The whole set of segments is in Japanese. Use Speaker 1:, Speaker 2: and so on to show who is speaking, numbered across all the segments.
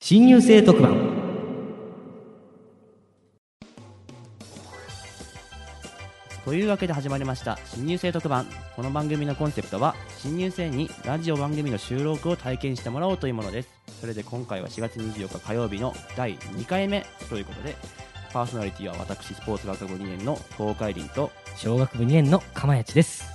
Speaker 1: 新入生特番
Speaker 2: というわけで始まりました新入生特番この番組のコンセプトは新入生にラジオ番組の収録を体験してもらおうというものですそれで今回は4月24日火曜日の第2回目ということでパーソナリティは私スポーツ学部2年の東海林と
Speaker 1: 小学部2年の釜谷です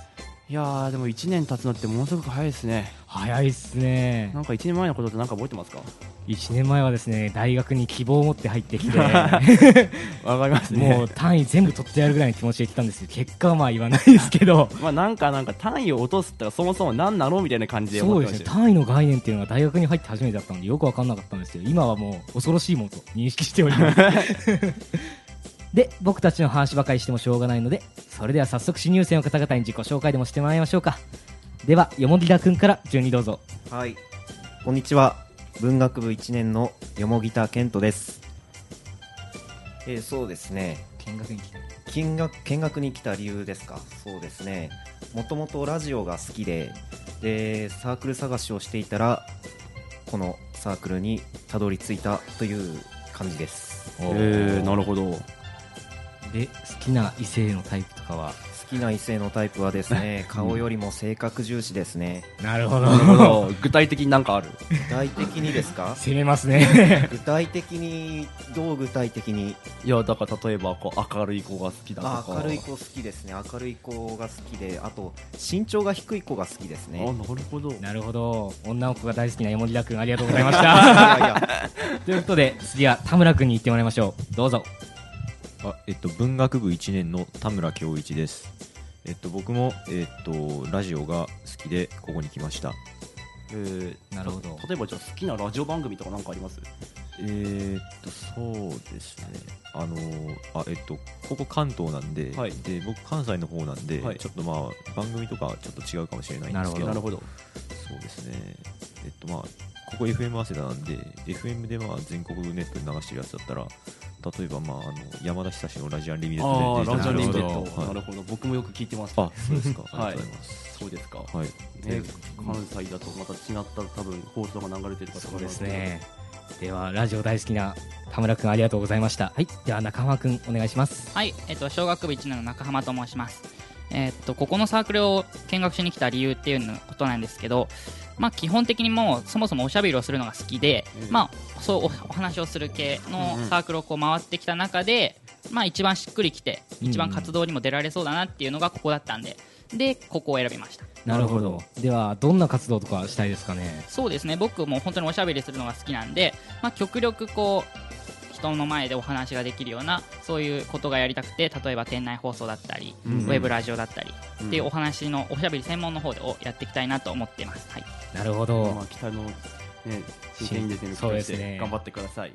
Speaker 2: いやーでも1年経つのってものすごく早いですね
Speaker 1: 早いっすね
Speaker 2: なんか1年前のことって何か覚えてますか
Speaker 1: 1年前はですね大学に希望を持って入ってき て
Speaker 2: わかります
Speaker 1: もう単位全部取ってやるぐらいの気持ちで来たんですけど結果はまあ言わないですけど
Speaker 2: まあなんかなんか単位を落とすってそもそも何なのみたいな感じで
Speaker 1: そ
Speaker 2: 思っ
Speaker 1: うで
Speaker 2: てまし
Speaker 1: す
Speaker 2: た
Speaker 1: ね
Speaker 2: よ
Speaker 1: 単位の概念っていうのが大学に入って初めてだったのでよく分かんなかったんですけど今はもう恐ろしいものと認識しております で僕たちの話ばかりしてもしょうがないのでそれでは早速新入生の方々に自己紹介でもしてもらいましょうかではよもぎだくんから順にどうぞ
Speaker 3: はい。こんにちは。文学部1年のよもぎたけんとです。えーそうですね。
Speaker 1: 見学に来た
Speaker 3: 見学、見学に来た理由ですか。そうですね。もともとラジオが好きで、で、サークル探しをしていたら、このサークルにたどり着いたという感じです。
Speaker 1: お
Speaker 2: えー、なるほど
Speaker 1: で好きな異性のタイプとかは
Speaker 3: 好きな異性のタイプはです ね、顔よりも性格重視ですね。
Speaker 1: なるほど
Speaker 2: なるほ ど具体的になんかある
Speaker 3: 具体的にですか
Speaker 1: 攻めますね
Speaker 3: 具体的に、どう具体的に
Speaker 2: いやだから例えばこう明るい子が好きだと
Speaker 3: あ
Speaker 2: か
Speaker 3: 明るい子好きですね明るい子が好きであと身長が低い子が好きですね
Speaker 2: あなるほど
Speaker 1: なるほど女の子が大好きな山本君ありがとうございまし
Speaker 3: い
Speaker 1: た
Speaker 3: やいや
Speaker 1: ということで次は田村君に行ってもらいましょうどうぞ
Speaker 4: あえっと、文学部1年の田村恭一です、えっと、僕も、えっと、ラジオが好きでここに来ました
Speaker 2: えー
Speaker 1: なるほど
Speaker 2: 例えばじゃあ好きなラジオ番組とかなんかあります
Speaker 4: えーっとそうですねあのあえっとここ関東なんで,、
Speaker 2: はい
Speaker 4: で僕関西の方なんで、
Speaker 2: はい
Speaker 4: ちょっとまあ番組とかちょっと違うかもしれないんですけど
Speaker 1: なる
Speaker 2: ほど
Speaker 4: そうですねえっとまあここ FM 早稲田なんで FM でまあ全国ネットに流してるやつだったら例えば、まあ、あの山田久志のラジアンリミネッ
Speaker 2: あ
Speaker 4: ト
Speaker 2: あ
Speaker 4: で
Speaker 2: ラジオリミネ
Speaker 1: なる
Speaker 2: ット
Speaker 4: は
Speaker 2: ないるほど僕もよく聞いてます
Speaker 4: あそうですか
Speaker 2: はい
Speaker 4: ありがとうございます、
Speaker 2: そうですか
Speaker 4: はい
Speaker 2: ね関西だとまた違った多分放送が流れてるかと
Speaker 1: そ
Speaker 2: 思
Speaker 1: う
Speaker 2: い
Speaker 1: で
Speaker 2: ますけど
Speaker 1: ねではラジオ大好きな田村君ありがとうございましたはいでは中浜君お願いします
Speaker 5: はい、えっと、小学部1年の中浜と申します。えっと、ここのサークルを見学しに来た理由っていうのことなんですけど、まあ、基本的にもうそもそもおしゃべりをするのが好きで、
Speaker 2: うん
Speaker 5: まあ、そうおお話をする系の
Speaker 2: うんうん
Speaker 5: サークルをこう回ってきた中で、まあ、一番しっくりきて一番活動にも出られそうだなっていうのがここだったんで、でここを選びました
Speaker 1: なるほどではどんな活動とかしたいですかね
Speaker 5: そうですね僕も本当におしゃべりするのが好きなんで、まあ、極力こう人の前でお話ができるようなそういうことがやりたくて例えば店内放送だったり、
Speaker 2: うんうん
Speaker 5: ウェブラジオだったり、
Speaker 2: うん
Speaker 5: っていうお話のおしゃべり専門の方でをやっていきたいなと思っています、はい
Speaker 1: なるほど、
Speaker 2: まあ期待のね新鮮にですね
Speaker 1: そうです
Speaker 2: 期待して
Speaker 1: ね
Speaker 2: 頑張ってください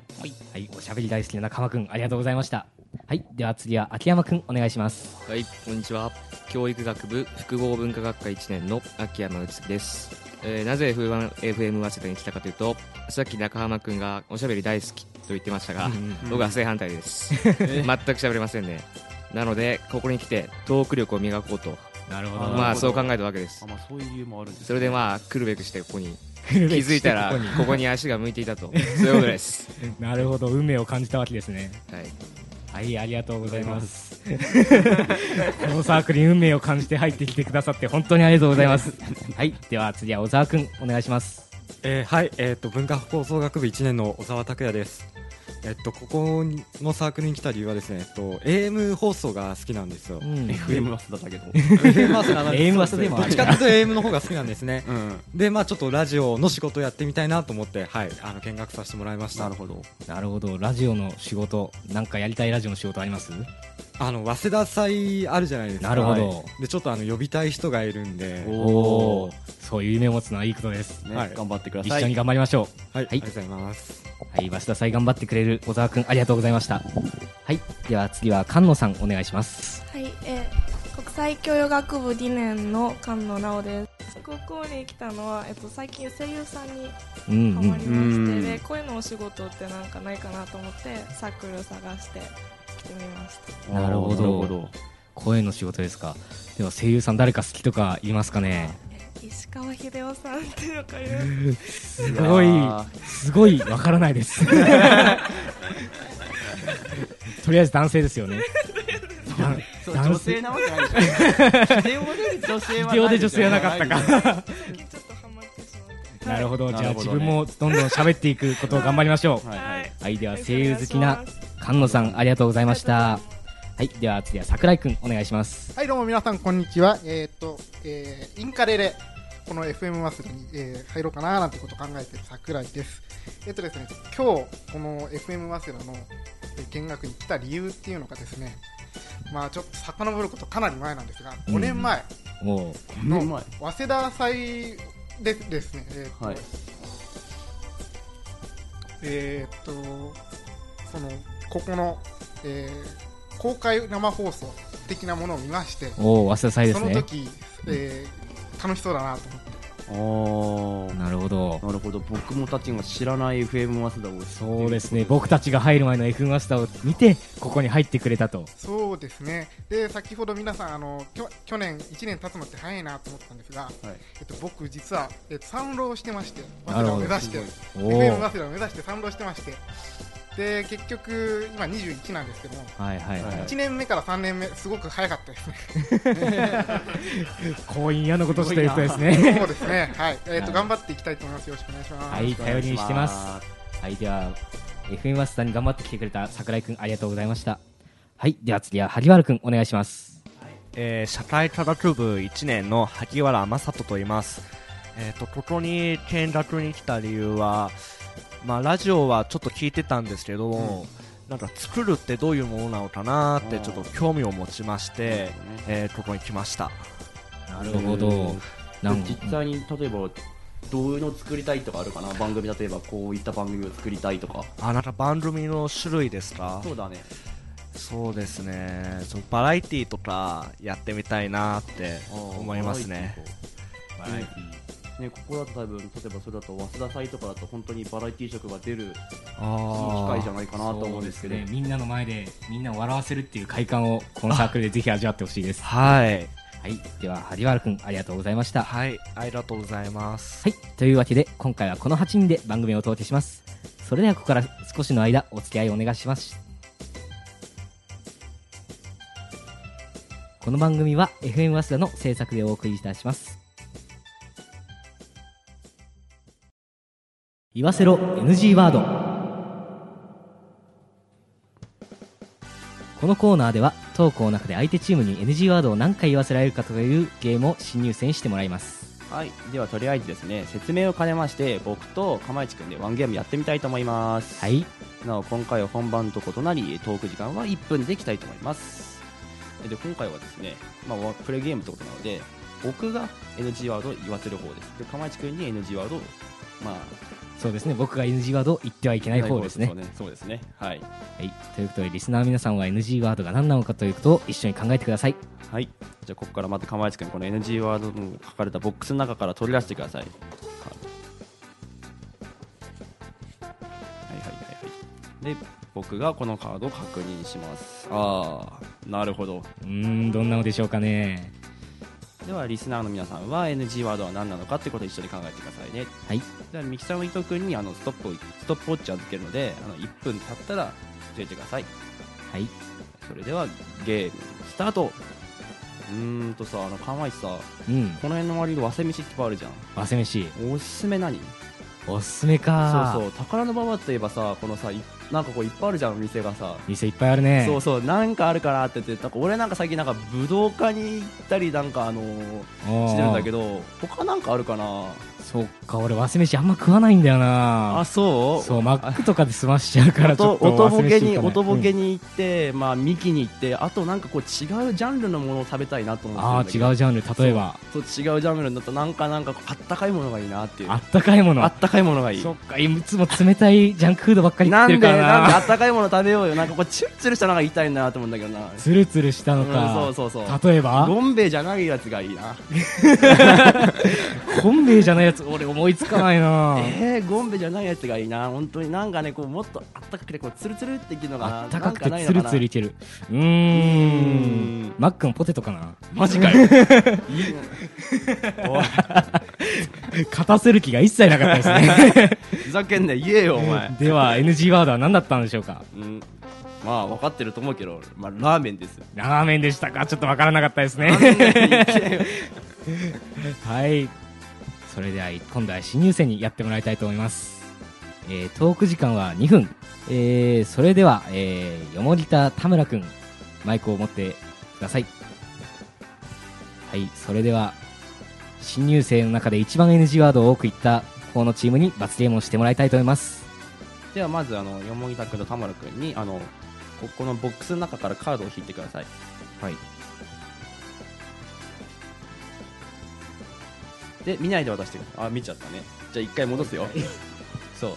Speaker 1: はい、おしゃべり大好きな仲間くん、ありがとうございました。はい、では次は秋山くん、お願いします。
Speaker 6: はい、こんにちは。教育学部複合文化学科1年の秋山内月です。えーなぜ F1 FM 早稲田に来たかというと、さっき中浜くんがおしゃべり大好きと言ってましたが、僕は正反対です。 全くしゃべれませんね。なので、ここに来てトーク力を磨こうと、
Speaker 1: なるほ
Speaker 2: ど
Speaker 6: まあそう考えたわけです
Speaker 2: あ。まあそういう理由もあるんですね
Speaker 6: それでまあ来るべくしてここに
Speaker 1: 気
Speaker 6: 気づいたらここに足が向いていたと、そういうことです。
Speaker 1: なるほど、運命を感じたわけですね。
Speaker 6: はい。
Speaker 1: はい、ありがとうござい ます。このサークルに運命を感じて入ってきてくださって、本当にありがとうござい ます。はい、では次は小沢くん、お願いします。
Speaker 7: えーはい、えー、と文化放送学部1年の小沢拓也です、えっとここのサークルに来た理由はですね、えっと、AM 放送が好きなんですよ
Speaker 2: FM はそうだったけど
Speaker 7: AM はそうなんです
Speaker 1: AM はそうでもある
Speaker 7: どっちかっていうと AM の方が好きなんですね
Speaker 2: うん
Speaker 7: でまあちょっとラジオの仕事をやってみたいなと思って、はい、あの見学させてもらいまし
Speaker 2: な
Speaker 7: た
Speaker 2: るほど
Speaker 1: なるほど、ラジオの仕事、なんかやりたいラジオの仕事あります
Speaker 7: あの早稲田祭あるじゃないですか
Speaker 1: なるほど
Speaker 7: はいでちょっとあの呼びたい人がいるんで
Speaker 2: お
Speaker 1: おー、そういう夢を持つのはいいことです。
Speaker 2: ね
Speaker 7: はい
Speaker 2: 頑張ってくだ
Speaker 1: 一
Speaker 2: さい
Speaker 1: 緒に頑張りましょう。
Speaker 7: はい、
Speaker 1: は
Speaker 7: あり
Speaker 1: い
Speaker 7: がとうございます
Speaker 1: はい、早稲田祭頑張ってくれる小沢くんありがとうございました。はい、では次は菅野さんお願いします。
Speaker 8: はい、えー国際教養学部2年の菅野直です高校に来たのは、えっと、最近声優さんに
Speaker 1: うん
Speaker 8: ハ
Speaker 1: う
Speaker 8: マりまし
Speaker 1: ん。
Speaker 8: て、
Speaker 2: うんうん
Speaker 8: でこういうのお仕事ってなんかないかなと思ってサークルを探して来てみました
Speaker 1: なるほど
Speaker 2: なるほど
Speaker 1: 声の仕事ですか。では声優さん誰か好きとかいますかね。
Speaker 8: え石川秀夫さんっていうのかいう
Speaker 1: すごい すごいわからないです とりあえず男性ですよね
Speaker 2: そう
Speaker 1: 男性
Speaker 2: 女性なわけないでしょ必要で女性はない
Speaker 1: 必要で女性はなかったか
Speaker 8: 最近ちょっとハマってしまって
Speaker 1: なるほど、
Speaker 2: な
Speaker 1: じゃ
Speaker 2: る
Speaker 1: あ
Speaker 2: ほ
Speaker 1: 自
Speaker 2: ど
Speaker 1: 分
Speaker 2: ね
Speaker 1: もどんどん喋っていくことを頑張りましょう。
Speaker 2: はい
Speaker 8: は
Speaker 2: はいい
Speaker 1: はい、では
Speaker 8: よろしく
Speaker 1: 声
Speaker 8: お願いしま
Speaker 1: 優
Speaker 8: す
Speaker 1: 好きな菅野さん、ありがとうございました。はい、では次は桜井くん、お願いします。
Speaker 9: はい、どうも皆さん、こんにちは。えーっと、えーインカレレ、この FM マスルに、えー入ろうかななんてことを考えてる桜井です。えーっとですね、今日、この FM マスルのえー見学に来た理由っていうのがですね、まあちょっと遡ることかなり前なんですが、
Speaker 1: うん
Speaker 9: 5年前
Speaker 1: も
Speaker 9: の
Speaker 2: うまい
Speaker 9: 早稲田祭でですね、えーっと、
Speaker 2: はい
Speaker 9: えーっと、その、ここの、えー公開生放送的なものを見まして、
Speaker 1: う、おお、早稲田祭で
Speaker 9: そ
Speaker 1: す
Speaker 9: の
Speaker 1: ね。
Speaker 9: 時、えー楽しそうだなと思って
Speaker 2: おー
Speaker 1: なるほど。
Speaker 2: なるほど僕もたちが知らない FM 早稲田を
Speaker 1: そうですね、僕たちが入る前の F マスターを見て、ここに入ってくれたと。
Speaker 9: そうですねで先ほど皆さんあのきょ去年1年経つのって早いなと思ったんですが、えっと、僕実は、えっと、参浪してまして早
Speaker 1: な
Speaker 9: 稲
Speaker 1: る
Speaker 9: 田を目
Speaker 1: ほど
Speaker 9: 指して
Speaker 1: お
Speaker 9: FM
Speaker 1: お。
Speaker 9: 早稲
Speaker 1: は
Speaker 9: 田を目指して参浪してましてで結局今21なんですけども
Speaker 1: いはいはい。
Speaker 9: 1年目から3年目すごく早かったですね
Speaker 1: 婚姻嫌なことしてる人ですね。
Speaker 9: そうですねはい、えっ
Speaker 1: は
Speaker 9: と、
Speaker 1: い
Speaker 9: 頑張っていきたいと思いますよろしくお願いします、
Speaker 1: はい、頼りにしてます。はい、では、FM マスターに頑張ってきてくれた桜井くん、ありがとうございました。はい、では次は萩原くん、お願いします。
Speaker 10: えー社会科学部1年の萩原正人と言います、えー、とここに見学に来た理由は、まあ、ラジオはちょっと聞いてたんですけど、なんか作るってどういうものなのかなってちょっと興味を持ちまして、えーここに来ました
Speaker 1: なるほど。なんか
Speaker 2: 実際に例えばどういうのを作りたいとかあるかな番組例えばこういった番組を作りたいとか
Speaker 10: あなんか番組の種類ですか
Speaker 2: そうだね
Speaker 10: そうですねそうバラエティーとかやってみたいなって思いますね
Speaker 2: バラエティね、ここだと多分例えばそれだと早稲田祭とかだと本当にバラエティ色が出るいい機会じゃないかなと思うんですけど
Speaker 1: そうねみんなの前でみんなを笑わせるっていう快感をこのサークルでぜひ味わってほしいです
Speaker 10: はい
Speaker 1: はいでは萩原くんありがとうございましたは
Speaker 10: はいありがとうございます
Speaker 1: いというわけで今回はこの8人で番組をお届けしますそれではここから少しの間お付き合いお願いしますこの番組は FM 早稲田の制作でお送りいたします言わせろ NG ワードこのコーナーではトークの中で相手チームに NG ワードを何回言わせられるかというゲームを新入生にしてもらいます
Speaker 2: はいではとりあえずですね説明を兼ねまして僕と釜市くんでワンゲームやってみたいと思います
Speaker 1: はい
Speaker 2: なお今回は本番と異なりトーク時間は1分でいきたいと思いますえで今回はですね、まあ、ワプレイゲームってことなので僕が NG ワードを言わせる方ですで釜市君に NG ワードをまあ
Speaker 1: そうですね僕が NG ワードを言ってはいけない方ですね
Speaker 2: そうそうですねはい
Speaker 1: はい、ということでリスナーの皆さんは NG ワードが何なのかということを一緒に考えてください
Speaker 2: はいじゃあここからまた釜市君この NG ワードの書かれたボックスの中から取り出してくださいはいはいはいはいはいで僕がこのカードを確認しますああなるほど
Speaker 1: うーんどんなのでしょうかね
Speaker 2: ではリスナーの皆さんは NG ワードは何なのかってことを一緒に考えてくださいね
Speaker 1: はい
Speaker 2: ではミキさんは伊藤君にあのストップをストップウォッチを預けるのであの1分経ったら教えてください
Speaker 1: はい
Speaker 2: それではゲームスタートうーんとさあの釜石さ
Speaker 1: うん
Speaker 2: この辺の周りに早生飯ってばあるじゃん
Speaker 1: わせ飯
Speaker 2: おすすめ何
Speaker 1: おすすめか
Speaker 2: そうそう宝の馬場といえばさこのさいなんかこういっぱいあるじゃん店がさ
Speaker 1: 店いっぱいあるね
Speaker 2: そうそうなんかあるかなって言ってなんか俺なんか最近なんか武道家に行ったりなんかあのー
Speaker 1: おー
Speaker 2: してるんだけど他なんかあるかな
Speaker 1: そっか俺わせ飯あんま食わないんだよ
Speaker 2: あ
Speaker 1: な
Speaker 2: そう
Speaker 1: そうマックとかで済ましちゃうからちょ
Speaker 2: と
Speaker 1: っと
Speaker 2: 音ボケに
Speaker 1: お
Speaker 2: 音ボケに行って、まあミキに行ってあとなんかこう違うジャンルのものを食べたいなと思
Speaker 1: あ
Speaker 2: っ
Speaker 1: あ
Speaker 2: て
Speaker 1: ー違う
Speaker 2: う
Speaker 1: ジャンル例えば
Speaker 2: そう違うジャンルだとなんかなんかこうあったかいものがいいなっていう
Speaker 1: あったかいもの
Speaker 2: あったかいものがいい
Speaker 1: そっかいつも冷たいジャンクフードばっかり食
Speaker 2: な
Speaker 1: ってる
Speaker 2: ん
Speaker 1: か
Speaker 2: で
Speaker 1: らな
Speaker 2: なんであったかいもの食べようよなんかこうチュッチュルしたのが言いたいなと思うんだけどな
Speaker 1: つるつるしたのか、
Speaker 2: うんそうそうそう
Speaker 1: 例えば
Speaker 2: ゴンベイじゃないやつがいいな
Speaker 1: 本命じゃないややつ俺思いつかないな
Speaker 2: えー、ゴンベじゃないやつがいいな本当になんかねこうもっとあったかくてこうツルツルっていけるのが
Speaker 1: あったかく
Speaker 2: なん
Speaker 1: て
Speaker 2: ない
Speaker 1: ツ
Speaker 2: の
Speaker 1: ル
Speaker 2: かな
Speaker 1: ツルいけるうーんマックンポテトかな
Speaker 2: マジか よ
Speaker 1: 勝たせる気が一切なかったですね
Speaker 2: ふざけんなよ言えよお前、
Speaker 1: では NG ワードは何だったんでしょうか
Speaker 2: うん、まあ分かってると思うけど、まあ、ラーメンですよ
Speaker 1: ラーメンでしたかちょっとわからなかったですねはいそれでは今度は新入生にやってもらいたいと思います、えートーク時間は2分、えーそれでは、えー、よもぎた田村くんマイクを持ってくださいはいそれでは新入生の中で一番 NG ワードを多く言った方のチームに罰ゲームをしてもらいたいと思います
Speaker 2: ではまずあのよもぎたくんと田村くんにあのここのボックスの中からカードを引いてください
Speaker 3: はい
Speaker 2: で見ないで渡してくださいあ見ちゃったねじゃあ一回戻すよそう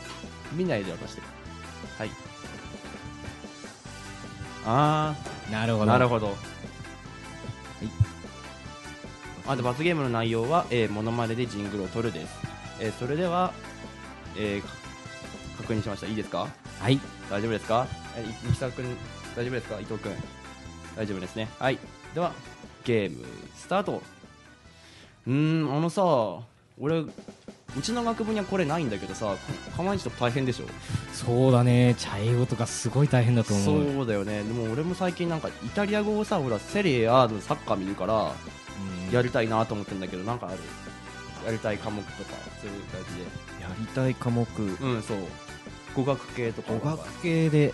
Speaker 2: 見ないで渡してはいあ
Speaker 1: なるほ
Speaker 2: あ
Speaker 1: ど
Speaker 2: なるほどはいあと罰ゲームの内容は、えー、モノマネでジングルを取るです、えー、それでは、えーか確認しましたいいですか
Speaker 1: はい
Speaker 2: 大丈夫ですかえい三木沢君大丈夫ですか伊藤君大丈夫ですねはいではゲームスタートうーんあのさ俺うちの学部にはこれないんだけどさか釜石と大変でしょ
Speaker 1: そうだね茶英語とかすごい大変だと思う
Speaker 2: そうだよねでも俺も最近なんかイタリア語をさほらセリエ A のサッカー見るから
Speaker 1: うん
Speaker 2: やりたいなと思ってんだけどなんかあるやりたい科目とかそういう感じ
Speaker 3: やりたい科目
Speaker 2: でうんそう語学系とか
Speaker 3: 語
Speaker 2: なんか
Speaker 3: 学系でそうですね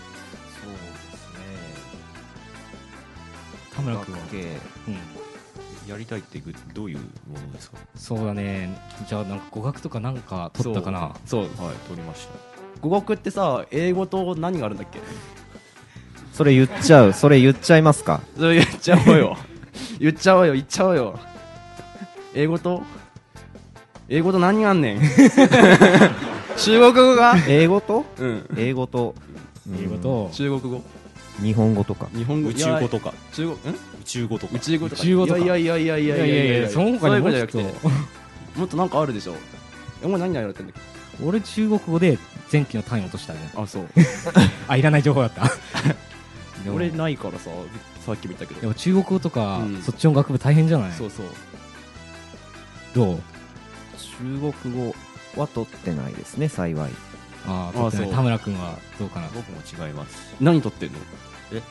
Speaker 1: 田村君は、
Speaker 3: 学系
Speaker 1: うん、
Speaker 4: やりたいってぐどういうものですか
Speaker 1: そうだねじゃあなんか語学とかなんか取ったかな
Speaker 2: そう
Speaker 4: はい取りました
Speaker 2: 語学ってさ英語と何があるんだっけ
Speaker 3: それ言っちゃうそれ言っちゃいますか
Speaker 2: それ言っちゃおうよ 言っちゃおうよ言っちゃおうよ英語と英語と何があんねん 中国語が
Speaker 3: 英語と
Speaker 2: うん
Speaker 3: 英語とうん
Speaker 1: 英語と
Speaker 2: 中国語
Speaker 3: 日本語とか
Speaker 2: 日本語
Speaker 4: 宇宙語と
Speaker 2: か
Speaker 4: か
Speaker 2: 中国ん
Speaker 4: 宇宙語とか
Speaker 2: 宇宙語とか
Speaker 1: 宇宙語とか
Speaker 2: いやいやいやい
Speaker 1: い
Speaker 2: やいやいや
Speaker 1: その他にも
Speaker 2: そううい
Speaker 1: ちょっと
Speaker 2: うことじゃなくてもっとなんかあるでしょお前何がやられてんだっけ
Speaker 1: 俺中国語で前期の単位落としたね
Speaker 2: あそう
Speaker 1: あいらない情報だったでも
Speaker 2: 俺ないからささっきも言ったけ
Speaker 1: で
Speaker 2: ど
Speaker 1: も中国語とか、
Speaker 2: うん
Speaker 1: そっちの学部大変じゃない
Speaker 2: そうそう
Speaker 1: どう
Speaker 3: 中国語は取ってないですね幸い
Speaker 1: あ
Speaker 2: あ
Speaker 1: あ
Speaker 2: そう
Speaker 1: 田村君はどうかな
Speaker 4: 僕も違います
Speaker 2: 何撮ってんの
Speaker 4: え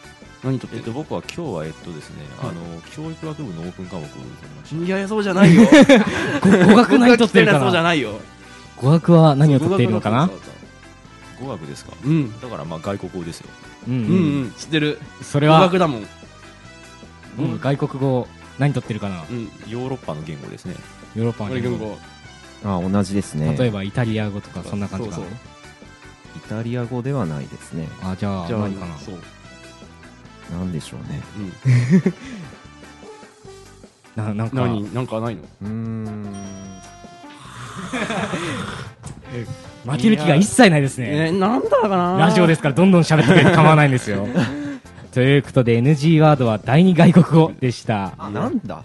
Speaker 2: 何撮って
Speaker 4: えっ
Speaker 2: ん
Speaker 4: と
Speaker 2: の
Speaker 4: 僕は今日はえっとですねあの教育学部のオープン科目を取りました
Speaker 2: いやいやそうじ ゃないよ
Speaker 1: 語語学何取ってるか
Speaker 2: 僕が来なそうじゃ
Speaker 1: な
Speaker 2: ないよ
Speaker 1: 語学は何を取っているのかな
Speaker 2: 語学のそうそう
Speaker 4: 語学ですか
Speaker 2: そううん
Speaker 4: だからまあ外国語ですよ
Speaker 1: うん
Speaker 2: う
Speaker 1: うんん、
Speaker 2: うん知ってる
Speaker 1: それ
Speaker 2: 語
Speaker 1: は
Speaker 2: 学、だもん
Speaker 1: うん
Speaker 2: 語学
Speaker 1: 外国語何取ってるかなヨ
Speaker 2: うん
Speaker 4: ヨーロッパの言語ですね
Speaker 1: ーロッパの
Speaker 2: 俺
Speaker 1: 言
Speaker 2: 言
Speaker 1: 語
Speaker 2: 語
Speaker 3: あ同じですね
Speaker 1: 例えばイタリア語とかそんな感じかな
Speaker 2: そうそう
Speaker 3: イタリア語ではないですね
Speaker 1: あじゃあ
Speaker 2: じゃあ
Speaker 1: 何かな
Speaker 2: そう
Speaker 3: なんでしょうね
Speaker 2: うん
Speaker 1: ななんか
Speaker 2: 何なんかないの
Speaker 3: うーん
Speaker 1: 負ける気が一切ないですね
Speaker 2: えーなんだか な
Speaker 1: ラジオですからどんどん喋ってくれて構わないんですよ。ということで NG ワードは第二外国語でした。
Speaker 3: なんだ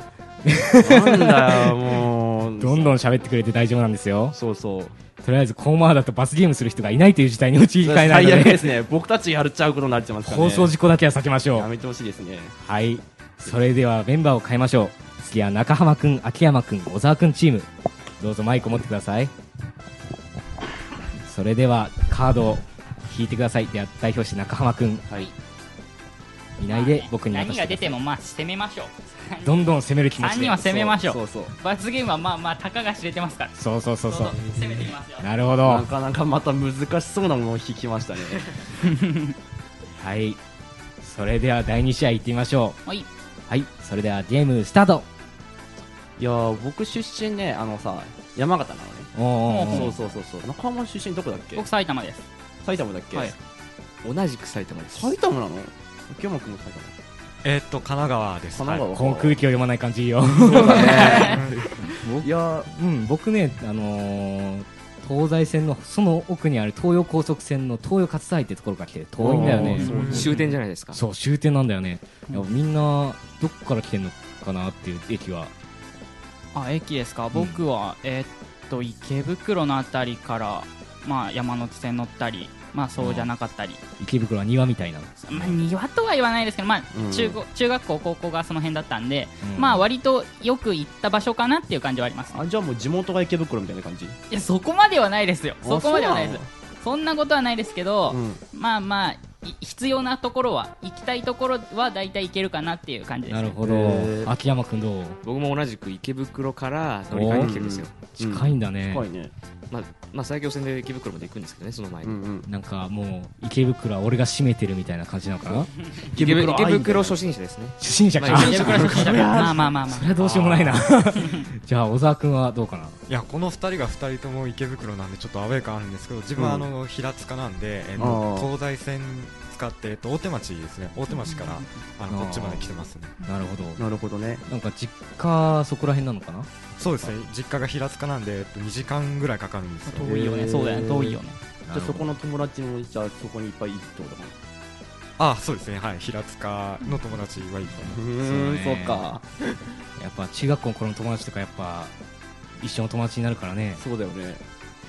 Speaker 2: なんだよもう
Speaker 1: どんどん喋ってくれて大丈夫なんですよ。
Speaker 2: そうそう
Speaker 1: とりあえずコーマーだと罰ゲームする人がいないという事態に陥りかえ
Speaker 2: 最
Speaker 1: ないの
Speaker 2: 悪
Speaker 1: で、
Speaker 2: ですね僕たちやるっちゃうことになっちゃいますからね
Speaker 1: 放送事故だけは避けましょ
Speaker 2: や
Speaker 1: う。
Speaker 2: めてほしいですね
Speaker 1: はい。それではメンバーを変えましょう。次は中浜くん、秋山くん、小沢くんチーム。どうぞマイクを持ってください。それではカードを引いてください。では代表して中浜くん、
Speaker 2: はい
Speaker 1: いないで僕に渡
Speaker 5: 何
Speaker 1: して
Speaker 5: が
Speaker 1: く
Speaker 5: 出
Speaker 1: ださい
Speaker 5: てもまあ攻めましょう
Speaker 1: どんどん攻める気持
Speaker 5: 3
Speaker 1: ち
Speaker 5: 人
Speaker 1: で
Speaker 5: は。攻めましょう
Speaker 2: そうそう
Speaker 5: 罰ゲームはまあまあたかが知れてますから
Speaker 1: そうそうそう
Speaker 5: どう
Speaker 1: そ
Speaker 5: ぞ
Speaker 1: う。
Speaker 5: 攻めていき ますよ
Speaker 1: なるほ
Speaker 2: な
Speaker 1: ど。
Speaker 2: かなかまた難しそうなものを引きましたね
Speaker 1: はい。それでは第2試合行ってみましょ
Speaker 5: はい、
Speaker 1: う。はい。それではゲームスタート。
Speaker 2: いやー僕出身ねあのさ山形なのね
Speaker 1: おーおー
Speaker 2: そ
Speaker 1: お
Speaker 2: う
Speaker 1: ー
Speaker 2: そうそうそう中浜出身どこだっけ
Speaker 5: 僕埼玉です
Speaker 2: 埼玉だっけ、
Speaker 5: はい
Speaker 6: 同じく埼玉です
Speaker 2: 埼玉なの秋山君も埼玉
Speaker 7: えっと神奈川です
Speaker 2: 神奈川 か
Speaker 1: この空気を読まない感じいいよ。
Speaker 2: いやー
Speaker 1: うん、僕ね、あのー東西線のその奥にある東洋高速線の東洋勝田駅ってところから来て遠いんだよね
Speaker 2: あーそうなんだ
Speaker 6: 終点じゃないですか
Speaker 1: そう終点なんだよね、
Speaker 5: うん
Speaker 1: いやみんなどっから来てんのかなっていう駅は
Speaker 5: あ駅ですか僕は、えーっと池袋のあたりから、まあ、山手線乗ったり、まあ、そうじゃなかったり、
Speaker 1: 池袋は庭みたいな、
Speaker 5: まあ、庭とは言わないですけど、ま
Speaker 10: うん
Speaker 5: あ、中高中学校高校がその辺だったんで、まあ割とよく行った場所かなっていう感じはあります
Speaker 2: あじゃあもう地元が池袋みたいな感じ
Speaker 5: いやそこまではないですよ
Speaker 2: あ
Speaker 5: そこまではないです
Speaker 2: そう
Speaker 5: そんなことはないですけど、
Speaker 2: ん
Speaker 5: まあまあい必要なところは行きたいところは大体行けるかなっていう感じです
Speaker 1: なるほ
Speaker 2: へ
Speaker 1: ど秋山君どう
Speaker 6: 僕も同じく池袋から乗り換えてきてるんですよ、
Speaker 1: 近いんだね、
Speaker 2: 近いね
Speaker 6: まあ、まあ最強線で池袋まで行くんですけどねその前に、
Speaker 2: ん
Speaker 1: なんかもう池袋は俺が占めてるみたいな感じなのかな
Speaker 6: 池袋池袋初心者ですね
Speaker 1: 初心者か、
Speaker 6: まあ
Speaker 5: 池袋初心者まあまあまあま
Speaker 1: それはどうしよう もないな じゃあ小沢君はどうかない
Speaker 7: やこの2人が2人とも池袋なんでちょっとアウェー感あるんですけど自分はあの平塚なんで、えっと
Speaker 10: あー
Speaker 7: 東西線使って、えっと、大手町ですね大手町からあのこっちまで来てますね
Speaker 1: なるほど
Speaker 2: なるほどね
Speaker 1: なんか実家そこら辺なのかな
Speaker 7: そうですね実家が平塚なんで、えっと、2時間ぐらいかかるんですよ
Speaker 5: あ遠いよ
Speaker 2: へ
Speaker 5: ね
Speaker 2: ー
Speaker 5: そうだよね遠いよね
Speaker 2: じゃあそこの友達もじゃあそこにいっぱいいるってことか
Speaker 7: あそうですねはい平塚の友達はいっぱい
Speaker 2: うんそっか
Speaker 1: やっぱ中学校の頃の友達とかやっぱ一緒の友達になるからね
Speaker 2: そうだよね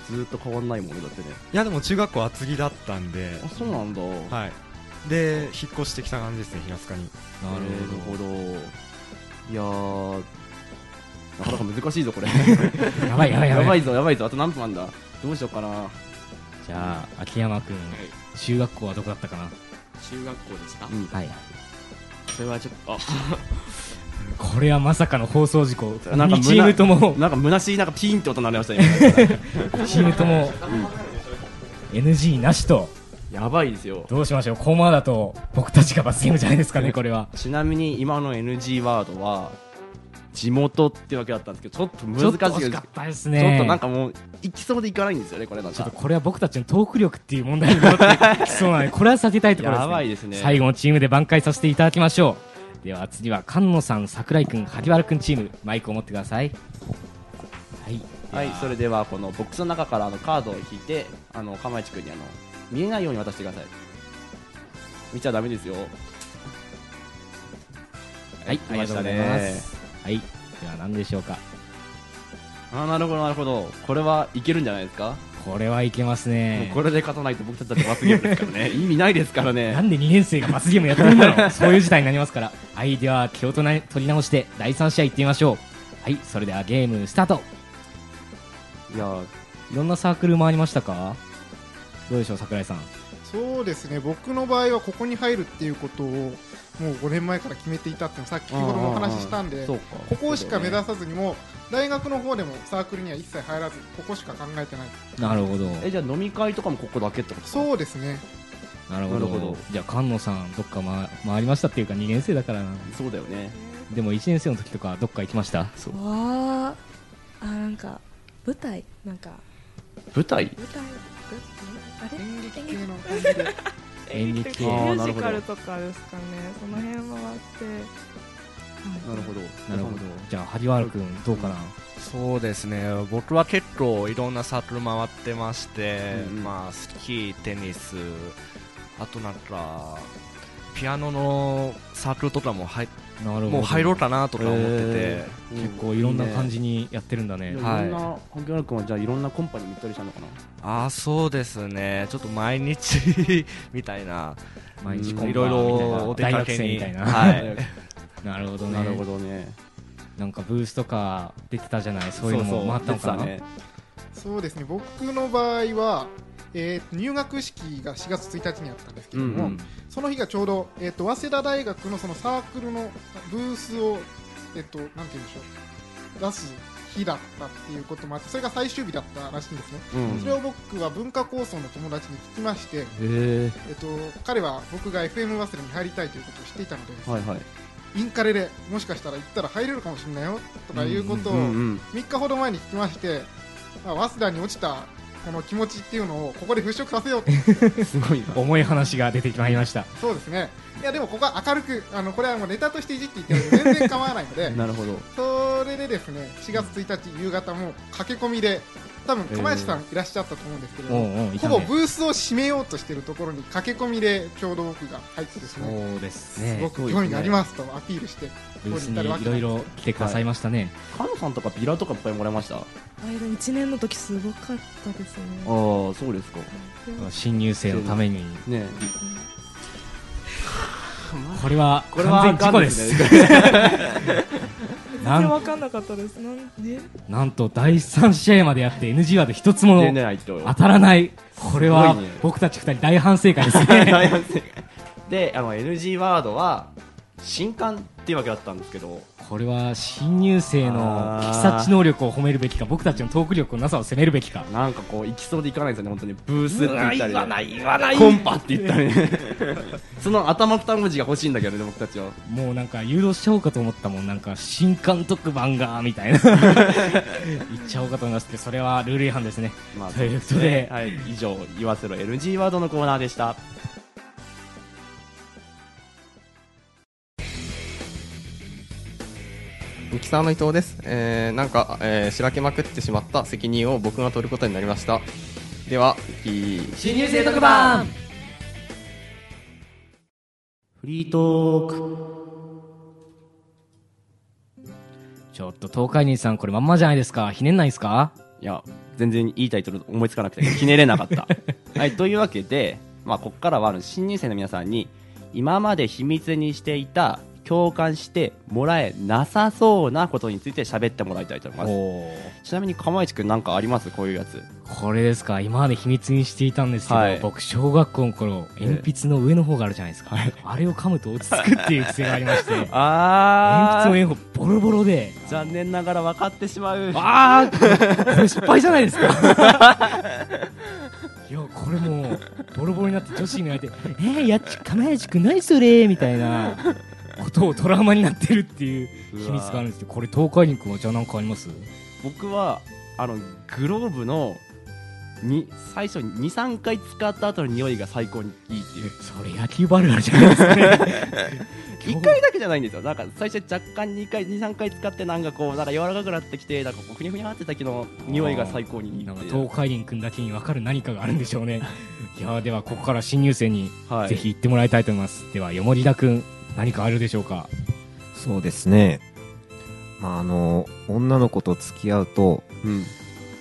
Speaker 2: ずーっと変わんないもんねだってね
Speaker 7: いやでも中学校厚木だったんで
Speaker 2: あそうなんだ
Speaker 7: はいで引っ越してきた感じですね平塚に
Speaker 1: なる
Speaker 2: ほどいやーなかなか難しいぞこれ
Speaker 1: ほど やばいやばいやば
Speaker 2: や
Speaker 1: い
Speaker 2: ばいぞやばいぞあと何分なんだどうしようかな
Speaker 1: じゃあ秋山君中学校はどこだったかな
Speaker 6: 中学校ですか、
Speaker 2: うん
Speaker 1: はい
Speaker 6: それはちょっとあ
Speaker 1: これはまさかの放送事故
Speaker 2: なんか
Speaker 1: 2チー ムとも
Speaker 2: なんか虚しいなんかピーンって音鳴りましたね
Speaker 1: チームとも NG なしと
Speaker 2: 今やばいですよ
Speaker 1: どうしましょうコマだと僕たちが罰ゲームじゃないです かねこれは
Speaker 2: ちなみに今の NG ワードは地元ってわけだったんですけどちょっと難しい
Speaker 1: ちょっと
Speaker 2: で
Speaker 1: 惜
Speaker 2: すち
Speaker 1: し
Speaker 2: ょ
Speaker 1: か
Speaker 2: っ
Speaker 1: ったです
Speaker 2: と
Speaker 1: ね
Speaker 2: なんかもう行きそうで行かないんですよねこれなん
Speaker 1: ちょっと
Speaker 2: か
Speaker 1: これは僕たちのトーク力っていう問題になってきそうなの で、これは避けたいところです、
Speaker 2: やばいですね
Speaker 1: 最後のチームで挽回させていただきましょう。では次は菅野さん、桜井君、萩原君チーム、マイクを持ってください。はい。
Speaker 2: はいそれではこのボックスの中からあのカードを引いてあの釜市君にあの見えないように渡してください見ちゃダメですよ
Speaker 1: はい、ありがとうございます。はい。では何でしょうか。
Speaker 2: あーなるほどなるほどこれはいけるんじゃないですか、
Speaker 1: これはいけます
Speaker 2: も
Speaker 1: ね
Speaker 2: う。これで勝たないと僕たちだって罰ゲ ームですからね意味ないですから
Speaker 1: な
Speaker 2: ね
Speaker 1: んで2年生が罰ゲームやってるんだ ろう。そういう事態になりますから。はい、では気を取り取り直して第3試合行ってみましょう。はい、それではゲームスタート。
Speaker 2: いやー
Speaker 1: いろんなサークル回りましたかどうでしょう、桜井さん。
Speaker 9: そうですね僕の場合はここに入るっていうことをもう5年前から決めていたっていうのさっきほどもお話ししたんで
Speaker 2: そうか
Speaker 9: ここしか目指さずにもう大学の方でもサークルには一切入らずここしか考えてない
Speaker 1: なるほど。
Speaker 2: えじゃあ飲み会とかもここだけってこと
Speaker 9: そうですね
Speaker 1: なるほど
Speaker 2: なるほど
Speaker 1: じゃあ菅野さんどっか、ま、回りましたっていうか2年生だからな
Speaker 2: そうだよね
Speaker 1: でも1年生の時とかどっか行きました
Speaker 8: わああなんか舞台なんか
Speaker 2: 舞台
Speaker 8: 舞台あれ
Speaker 9: 演劇系の感じで
Speaker 1: 演劇系
Speaker 8: ミ
Speaker 2: あ
Speaker 8: ュ
Speaker 2: ーなる
Speaker 8: ージ
Speaker 2: ほど
Speaker 8: カルとかですかねその辺回って
Speaker 2: なるほど
Speaker 1: なるほどじゃあ萩原君どうかな、
Speaker 10: そうですね僕は結構いろんなサークル回ってまして、
Speaker 2: うんうん
Speaker 10: まあ、スキー、テニスあとなんかピアノのサークルとかも入っ
Speaker 1: なるほど
Speaker 10: もう入ろうかなとか思ってて、
Speaker 2: へ
Speaker 1: 結構いろんな感じにやってるんだね
Speaker 2: いやい
Speaker 10: ねはい
Speaker 2: ろんな萩原君はじゃあいろんなコンパに行ったりしたのかな
Speaker 10: ああそうですねちょっと毎日 みたいな
Speaker 1: 毎日
Speaker 2: うん
Speaker 1: コンパ
Speaker 10: いろいろお出
Speaker 1: 大
Speaker 10: か
Speaker 1: 学
Speaker 10: け
Speaker 1: 生
Speaker 10: に
Speaker 1: みたいな、
Speaker 10: はい、
Speaker 1: なるほどね
Speaker 2: なるほどね
Speaker 1: なんかブースとか出てたじゃないそういうのも回ったのかな
Speaker 2: 出てたね
Speaker 9: そうですね僕の場合は、えー入学式が4月1日にあったんですけども、
Speaker 2: うんうん
Speaker 9: その日がちょうど、えー、と早稲田大学のそのサークルのブースを、えっとなんて言うんでしょう出す日だったっていうこともあってそれが最終日だったらしいんですね、
Speaker 2: うん
Speaker 9: それを僕は文化構想の友達に聞きまして、
Speaker 2: へ
Speaker 9: えっと彼は僕が FM 早稲田に入りたいということをしていたのでです
Speaker 2: え
Speaker 9: ね、
Speaker 2: はいはい
Speaker 9: インカレでもしかしたら行ったら入れるかもしれないよとかいうことを、
Speaker 2: うんうん
Speaker 9: 3日ほど前に聞きまして、まあ、早稲田に落ちたこの気持ちっていうのをここで払拭させようと
Speaker 2: すごいな
Speaker 1: 重い話が出てまいりました
Speaker 9: そうですねいやでもここは明るくあのこれはもうネタとしていじっていっても全然構わないので
Speaker 2: なるほど
Speaker 9: それでですね4月1日夕方もう駆け込みで多分小林さんいらっしゃったと思うんですけど、
Speaker 1: うんうんいた
Speaker 9: ほ
Speaker 1: ね
Speaker 9: ぼブースを閉めようとしてるところに駆け込みでちょうど僕が入ってですね
Speaker 3: そうです
Speaker 9: す
Speaker 3: ね
Speaker 9: ごく興味がありますとアピールして
Speaker 1: ブースに
Speaker 9: ここ
Speaker 1: いろいろ来てくださいましたね、
Speaker 2: カノさんとかビラとかいっぱいもらいましたあ
Speaker 8: 1年の時すごかったですね
Speaker 2: あーそうですか
Speaker 1: 新入生のために
Speaker 2: ね
Speaker 1: これは
Speaker 2: これは
Speaker 1: 完全事故 です
Speaker 8: 全
Speaker 1: な
Speaker 8: 然
Speaker 1: ん
Speaker 8: 分かんなかったですなんで
Speaker 1: なんと第3試合までやって NG ワード一つも
Speaker 2: 出ないと
Speaker 1: 当たらないこれは
Speaker 2: すごいね
Speaker 1: 僕たち2人大反省会です
Speaker 2: 大
Speaker 1: ね
Speaker 2: 反省会 であの NG ワードは新刊っていうわけだったんですけど
Speaker 1: これは新入生の聞き察知能力を褒めるべきか僕たちのトーク力のなさを責めるべきか
Speaker 2: なんかこう行きそうで行かないんですよね本当にブースって言ったり
Speaker 6: うわ言わない言わない
Speaker 2: コンパって言ったりね その頭二文字が欲しいんだけどね僕たちは
Speaker 1: もうなんか誘導しちゃおうかと思ったもんなんか新監督版がみた いな言っちゃおうかと思いますけどそれはルール違反ですね、
Speaker 2: まあ
Speaker 1: ということで、
Speaker 2: はい以上言わせろ NG ワードのコーナーでした
Speaker 11: ミキサーの伊藤です、えーなんか、えー、しらけまくってしまった責任を僕が取ることになりましたでは新
Speaker 2: 新入生特番フリートーク
Speaker 1: ちょっと東海人さんこれまんまじゃないですかひねんないですか
Speaker 2: いや全然いいタイトル思いつかなくてひねれなかったはいというわけで、まあ、ここからはあの新入生の皆さんに今まで秘密にしていた共感してもらえなさそうなことについて喋ってもらいたいと思います
Speaker 1: おー
Speaker 2: ちなみに釜石くんなんかありますこういうやつ
Speaker 1: これですか今まで秘密にしていたんですけど、
Speaker 2: はい
Speaker 1: 僕小学校の頃鉛筆の上の方があるじゃないですか、あれを噛むと落ち着くっていう癖がありまして鉛
Speaker 2: あ
Speaker 1: 筆の上の方ボロボロで
Speaker 2: 残念ながら分かってしま う
Speaker 1: ああこれ失敗じゃない ですか いやこれもうボロボロになって女子に言われて「えー、やっち金谷くん何それ」みたいなことをトラウマになってるっていう秘密があるんですけどこれ東海林くんはじゃあ何かあります
Speaker 2: 僕はあのグローブのに最初に23回使った後の匂いが最高にいいっていう
Speaker 1: それ野球バルあるじゃないです かね
Speaker 2: 1回だけじゃないんですよ、なんか最初、若干2回、2、3回使って、なんかこう、なんか柔らかくなってきて、なんかこう、ふにゃふにゃってた時の匂いが最高にいい
Speaker 1: なんか
Speaker 2: っていう
Speaker 1: 東海林君だけに分かる何かがあるんでしょう ねいやーではここから新入生に
Speaker 2: はい
Speaker 1: ぜひ行ってもらいたいと思います、ではよもりだ君何かあるでしょうか
Speaker 3: そうですねまああの女の子と付き合うと
Speaker 2: うん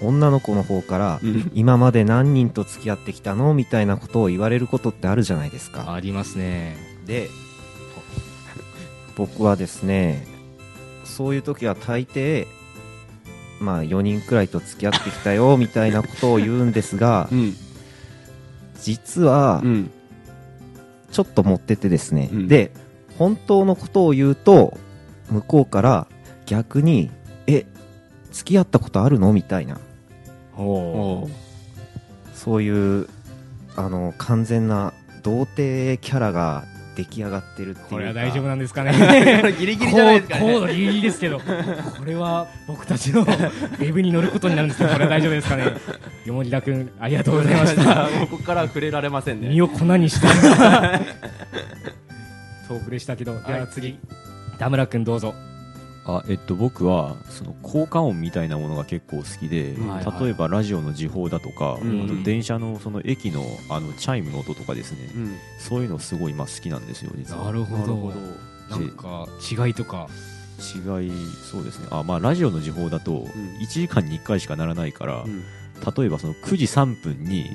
Speaker 3: 女の子の方から
Speaker 2: うん
Speaker 3: 今まで何人と付き合ってきたのみたいなことを言われることってあるじゃないですか
Speaker 1: ありますね
Speaker 3: で僕はですねそういう時は大抵まあ4人くらいと付き合ってきた よみたいなことを言うんですが
Speaker 2: うん
Speaker 3: 実は
Speaker 2: うん
Speaker 3: ちょっと持ってってですね、
Speaker 2: うん
Speaker 3: で本当のことを言うと向こうから逆に「え付き合ったことあるの?」みたいな
Speaker 1: お
Speaker 2: お
Speaker 3: そういうあの完全な童貞キャラが出来上がってるっていうか
Speaker 1: これは大丈夫なんですかね
Speaker 2: こ れギリギリじゃないですか
Speaker 1: 高
Speaker 2: ね
Speaker 1: 度ギリギリですけどこれは僕た ちのウェブに乗ることになるんですけどこれは大丈夫ですかねよもりだ君ありがとうございまし
Speaker 2: じ
Speaker 1: た
Speaker 2: ゃあ もうここからは触れられませんね
Speaker 1: 身を粉にした トークでしたけどでは次、田村君どうぞ
Speaker 4: あえっと、僕はその効果音みたいなものが結構好きで、
Speaker 1: はいはい
Speaker 4: 例えばラジオの時報だとか、
Speaker 2: うん
Speaker 4: あと電車のその駅のあのチャイムの音とかですね、
Speaker 2: うん
Speaker 4: そういうのすごい今好きなんですよ実は
Speaker 1: なるほど
Speaker 4: ど
Speaker 1: なんか違いとか
Speaker 4: 違いそうですねあ、まあ、ラジオの時報だと1時間に1回しかならないから、
Speaker 2: うん
Speaker 4: 例えばその9時3分に、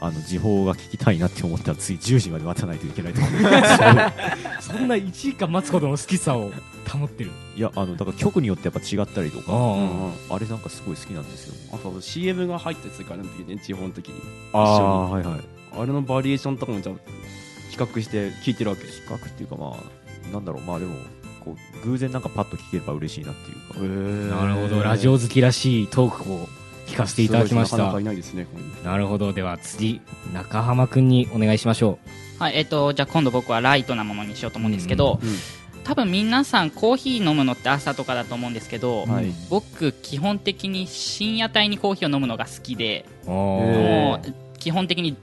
Speaker 4: あの時報が聞きたいなって思ったら次10時まで待たないといけないとか
Speaker 1: そんな1時間待つほどの好きさを保ってる。
Speaker 4: いやあのだから局によってやっぱ違ったりとか
Speaker 2: う
Speaker 1: あ
Speaker 2: んうん
Speaker 4: あれなんかすごい好きなんですよ
Speaker 2: あそう CM が入ったりするからねね地方の時に
Speaker 4: あーはいはい
Speaker 2: あれのバリエーションとかもじゃあ比較して聞いてるわけ
Speaker 4: 比較っていうかまあなんだろうまあでもこう偶然なんかパッと聞ければ嬉しいなっていうか、
Speaker 1: なるほど、ラジオ好きらしいトークを聞かせていただきまし
Speaker 2: すごいですなかな
Speaker 1: た
Speaker 2: か。いないですねここに
Speaker 1: なるほど、では次、中浜くんにお願いしましょ
Speaker 5: はいえっとじゃあ今度僕はライトなものにしようと思うんですけど、
Speaker 2: うんうん
Speaker 5: 多分皆さんコーヒー飲むのって朝とかだと思うんですけど、
Speaker 2: はい
Speaker 5: 僕基本的に深夜帯にコーヒーを飲むのが好きで、
Speaker 1: う。
Speaker 2: へー
Speaker 5: もう基本的に